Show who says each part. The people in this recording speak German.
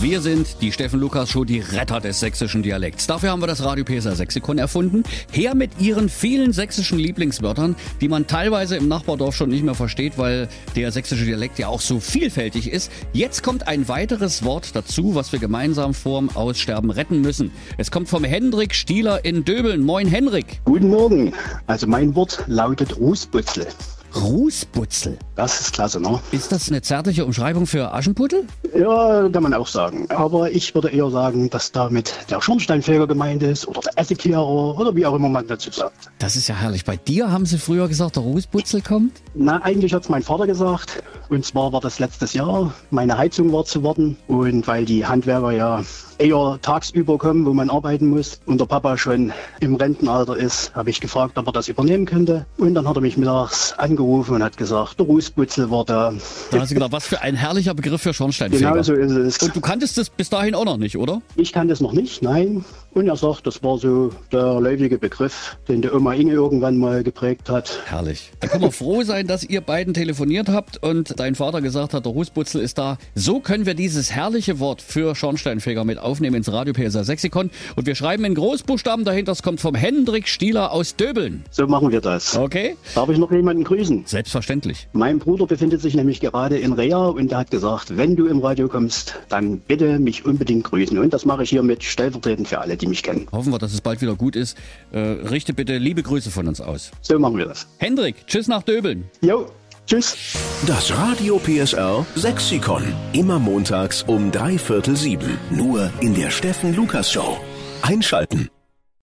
Speaker 1: Wir sind die Steffen Lukas Show, die Retter des sächsischen Dialekts. Dafür haben wir das Radio PSR Sexikon erfunden. Her mit ihren vielen sächsischen Lieblingswörtern, die man teilweise im Nachbardorf schon nicht mehr versteht, weil der sächsische Dialekt ja auch so vielfältig ist. Jetzt kommt ein weiteres Wort dazu, was wir gemeinsam vorm Aussterben retten müssen. Es kommt vom Hendrik Stieler in Döbeln. Moin Henrik.
Speaker 2: Guten Morgen. Also mein Wort lautet Rußbutzel.
Speaker 1: Rußputzel.
Speaker 2: Das ist klasse, ne?
Speaker 1: Ist das eine zärtliche Umschreibung für Aschenputtel?
Speaker 2: Ja, kann man auch sagen. Aber ich würde eher sagen, dass damit der Schornsteinfeger gemeint ist oder der Essigkehrer oder wie auch immer man dazu sagt.
Speaker 1: Das ist ja herrlich. Bei dir haben sie früher gesagt, der Rußputzel kommt?
Speaker 2: Na, eigentlich hat es mein Vater gesagt. Und zwar war das letztes Jahr. Meine Heizung war zu warten. Und weil die Handwerker ja eher tagsüber kommen, wo man arbeiten muss und der Papa schon im Rentenalter ist, habe ich gefragt, ob er das übernehmen könnte. Und dann hat er mich mittags angerufen und hat gesagt, der Rußputzel war da.
Speaker 1: Da hast du gedacht, was für ein herrlicher Begriff für Schornsteinfeger.
Speaker 2: Genau so ist es.
Speaker 1: Und du kanntest das bis dahin auch noch nicht, oder?
Speaker 2: Ich kannte es noch nicht, nein. Und er sagt, das war so der läufige Begriff, den der Oma Inge irgendwann mal geprägt hat.
Speaker 1: Herrlich. Da können wir froh sein, dass ihr beiden telefoniert habt und dein Vater gesagt hat, der Rußputzel ist da. So können wir dieses herrliche Wort für Schornsteinfeger mit aufnehmen ins Radio PSA Sexikon. Und wir schreiben in Großbuchstaben dahinter, es kommt vom Hendrik Stieler aus Döbeln.
Speaker 2: So machen wir das.
Speaker 1: Okay?
Speaker 2: Darf ich noch jemanden grüßen?
Speaker 1: Selbstverständlich.
Speaker 2: Mein Bruder befindet sich nämlich gerade in Rea und er hat gesagt, wenn du im Radio kommst, dann bitte mich unbedingt grüßen. Und das mache ich hiermit stellvertretend für alle, die mich kennen.
Speaker 1: Hoffen wir, dass es bald wieder gut ist. Äh, richte bitte liebe Grüße von uns aus.
Speaker 2: So machen wir das.
Speaker 1: Hendrik, tschüss nach Döbeln.
Speaker 2: Jo, tschüss.
Speaker 3: Das Radio PSR Sexikon. Immer montags um drei Viertel sieben. Nur in der Steffen Lukas Show. Einschalten.